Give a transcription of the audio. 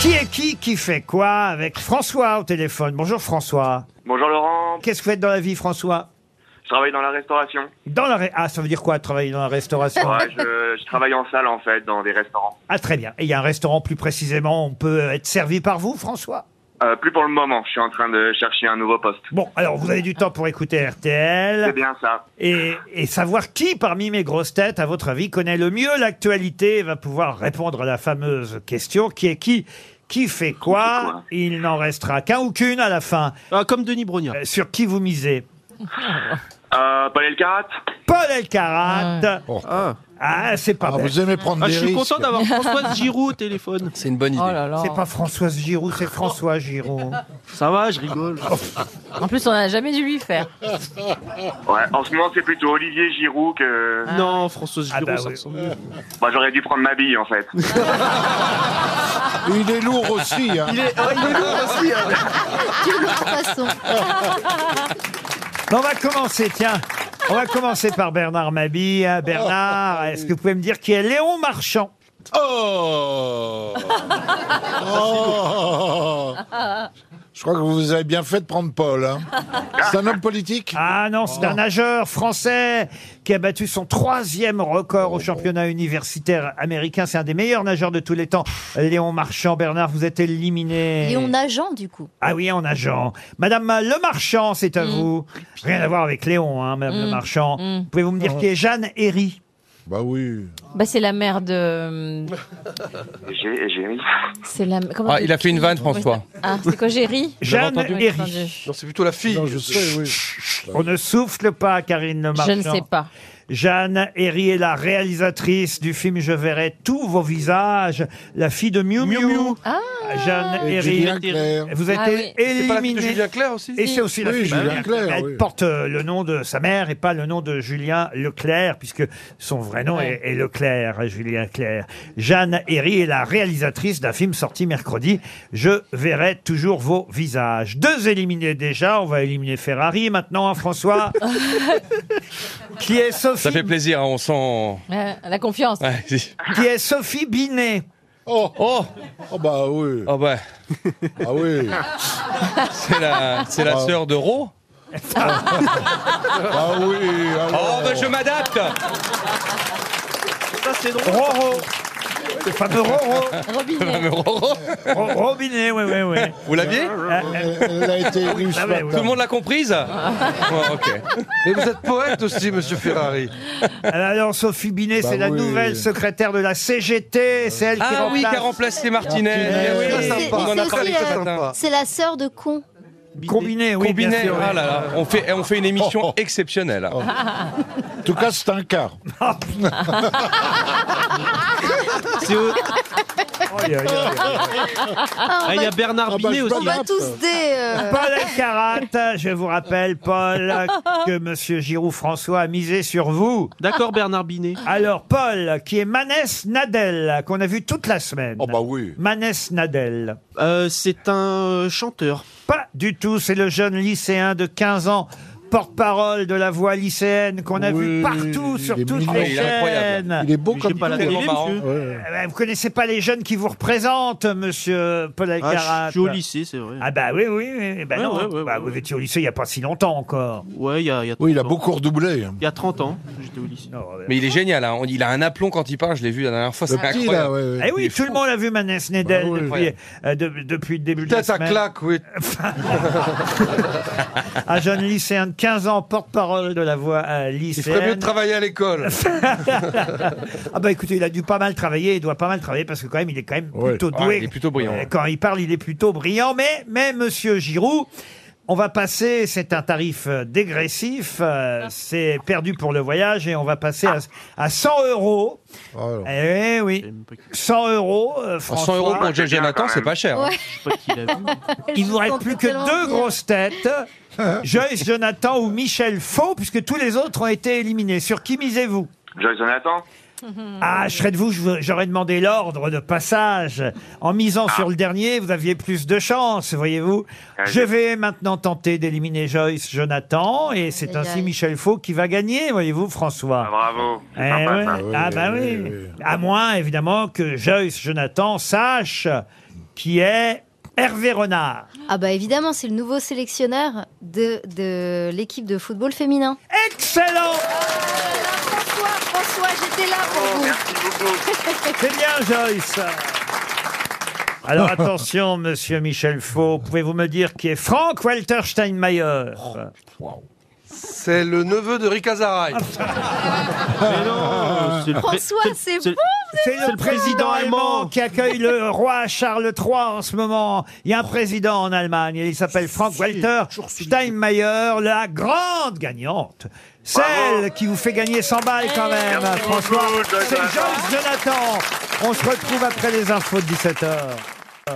Qui est qui qui fait quoi avec François au téléphone Bonjour François. Bonjour Laurent, Qu'est-ce que vous faites dans la vie François je travaille dans la restauration. Dans la ré- Ah, ça veut dire quoi travailler dans la restauration Ouais, je, je travaille en salle en fait, dans des restaurants. Ah très bien. Et il y a un restaurant plus précisément, on peut être servi par vous François Euh, plus pour le moment, je suis en train de chercher un nouveau poste. Bon, alors vous avez du temps pour écouter C'est RTL bien ça. et, et savoir qui parmi mes grosses têtes, à votre avis, connaît le mieux l'actualité et va pouvoir répondre à la fameuse question qui est qui qui fait fait quoi quoi Il n'en restera qu'un ou qu'une à la fin. Ah, comme Denis Brognard. Euh, Sur qui vous misez Euh, Paul Elkarat Paul Elkarat. Ah, Ah, c'est pas Ah, bête. vous aimez prendre Ah, des je suis risques. content d'avoir Françoise Giroud au téléphone. C'est une bonne idée. Oh là là. C'est pas Françoise Giroud, c'est François Giroud. Ça va, je rigole. En plus, on n'a jamais dû lui faire. Ouais, en ce moment c'est plutôt Olivier Giroud que... Non, Françoise Ah Giroud, bah ça oui. ressemble mieux. Bah, j'aurais dû prendre ma bille en fait. Il est lourd aussi. hein. ah, On va commencer, tiens. On va commencer par Bernard Mabille. Ah, Bernard, est-ce que vous pouvez me dire qui est Léon Marchand Oh Oh Je crois que vous avez bien fait de prendre Paul. hein. C'est un homme politique Ah non, c'est un nageur français qui a battu son troisième record au championnat universitaire américain. C'est un des meilleurs nageurs de tous les temps. Léon Marchand, Bernard, vous êtes éliminé. Et on agent du coup. Ah oui, en agent. Madame Le Marchand, c'est à Mm. vous. Rien à voir avec Léon, hein, Madame Le Marchand. Pouvez-vous me Oh. dire qui est Jeanne Herry Bah oui. Bah c'est la mère de. J'ai j'ai ri. C'est la. Comment Ah, il a fait une vanne, François. Ah c'est quoi j'ai ri Jeanne Oui, Herry. entendu. Non, c'est plutôt la fille. Non, je sais, oui. On ne souffle pas, Karine Le Je Marchand. ne sais pas. Jeanne Herry est la réalisatrice du film Je verrai tous vos visages, la fille de Miu Miu. Ah. Jeanne Et Herry. Julien Clerc. Vous êtes Ah oui. C'est pas la fille de éliminé. Julien Clerc aussi Et c'est aussi la Oui, fille de Julien Julien Clerc, Elle oui. porte euh, le nom de sa mère et pas le nom de Julien Leclerc, puisque son vrai nom Ouais. est, est Leclerc, euh, Julien Clerc. Jeanne Herry est la réalisatrice d'un film sorti mercredi. Je verrai toujours vos visages. Deux éliminés déjà. On va éliminer Ferrari maintenant, hein, François. qui est Sophie Ça fait plaisir, hein, on sent. Euh, la confiance. Ouais, si. qui est Sophie Binet. Oh, Oh, oh, bah oui. oh bah, Ah oui. c'est la, c'est la Bravo. sœur de Ro. Ah oui. Oh, alors. bah, je m'adapte. Ça, c'est drôle. Roro. Le fameux Roro. Robinet. Mais Roro, Ro- Robinet, oui, oui, oui. Vous l'aviez Elle, elle a été élue ce Ah ouais, matin. oui. Tout le monde l'a comprise Ouais, ok. Et vous êtes poète aussi, monsieur Ferrari. Alors, Sophie Binet, Bah c'est la oui. nouvelle secrétaire de la CGT. C'est elle qui Ah oui, remplace- qui a remplacé Martinez. Martinez. Eh oui, C'est- c'est on en a aussi, parlé euh, ce matin. C'est la sœur de con. Combiné, oui. bien Combiné, sûr, oui. ah là là, on fait, eh, on fait une émission Oh, oh. exceptionnelle. En tout cas, c'est un quart. C'est eux. Aïe, aïe, aïe. Ah, il y a Bernard Ah bah, Binet je aussi. peux pas- tous des. Ah, euh, Paul Elkarat, je vous rappelle, Paul, que Monsieur Giroud François a misé sur vous. D'accord, Bernard Binet. Alors, Paul, qui est Manès Nadel, qu'on a vu toute la semaine. Oh bah oui. Manès Nadel. Euh, c'est un euh, chanteur. Pas du tout, c'est le jeune lycéen de 15 ans, porte-parole de la voix lycéenne qu'on a Oui, vu partout il sur est toutes mignon. les Il est incroyable. chaînes. Il est beau J'ai Oh, comme pas la tout. télé, Tellement marrant. monsieur. Ouais. Euh, Vous connaissez pas les jeunes qui vous représentent, monsieur Paul Ah, Alcarat je suis au lycée, c'est vrai. Ah bah oui, oui, oui. Bah Ouais, non, ouais, ouais, bah ouais, vous ouais. étiez au lycée il n'y a pas si longtemps encore. Ouais, il y a, il y a 30 Oui, il a ans. beaucoup redoublé. hein. Il y a 30 ans, j'étais au lycée. Non, euh, Mais il est génial, hein. On- il a un aplomb quand il parle, je l'ai vu la dernière fois, Le c'est petit, là, incroyable. ouais, ouais. Eh Il oui, est tout le monde a vu Manès Nedel Bah oui. depuis, euh, de- depuis le début de la Tête à semaine. Ah, claque, oui. Un jeune lycéen de 15 ans, porte-parole de la voix euh, Il ferait mieux de lycéenne. travailler à l'école. Ah bah écoutez, il a dû pas mal travailler, il doit pas mal travailler parce que quand même, il est quand même Ouais. plutôt Ah, doué. il est plutôt brillant. Euh, Quand il parle, il est plutôt brillant. Mais, mais Monsieur Giroud, on va passer, c'est un tarif euh, dégressif, euh, c'est perdu pour le voyage et on va passer à, à 100 euros. Ah, Alors. Eh oui, 100 euros, euh, Oh, 100 euros François. pour Jay Jonathan, c'est pas cher. hein. Je sais pas qui l'a vu. Il vous reste plus que deux grosses têtes. Joyce Jonathan ou Michel Faux, puisque tous les autres ont été éliminés. Sur qui misez-vous Joyce Jonathan Ah, je serais de vous, je vous- j'aurais demandé l'ordre de passage. En misant sur le dernier, vous aviez plus de chance, voyez-vous. Ah, Je vais maintenant tenter d'éliminer Joyce Jonathan, et c'est Aïe, ainsi aïe. Michel Faux qui va gagner, voyez-vous, François. Ah, Bravo. Eh C'est sympa, ouais. ça. oui, Ah bah oui, oui. oui, oui. À moins évidemment que Joyce Jonathan sache qui est Hervé Renard. Ah bah évidemment, c'est le nouveau sélectionneur de, de l'équipe de football féminin. Excellent François, François, j'étais là pour Oh. vous. Merci beaucoup. C'est bien, Joyce. Alors attention, monsieur Michel Faux, pouvez-vous me dire qui est Frank Walter Steinmeier C'est le neveu de Rick Azaray. Mais Ah. non, c'est le pré- François, c'est c'est- C'est le, président allemand qui accueille le roi Charles III en ce moment. Il y a un président en Allemagne, et il s'appelle Frank Walter Steinmeier, la grande gagnante. Celle Bravo. qui vous fait gagner 100 balles quand même, Merci François. beaucoup, Joyce C'est Jonathan. Joyce Jonathan. On se retrouve après les infos de 17h.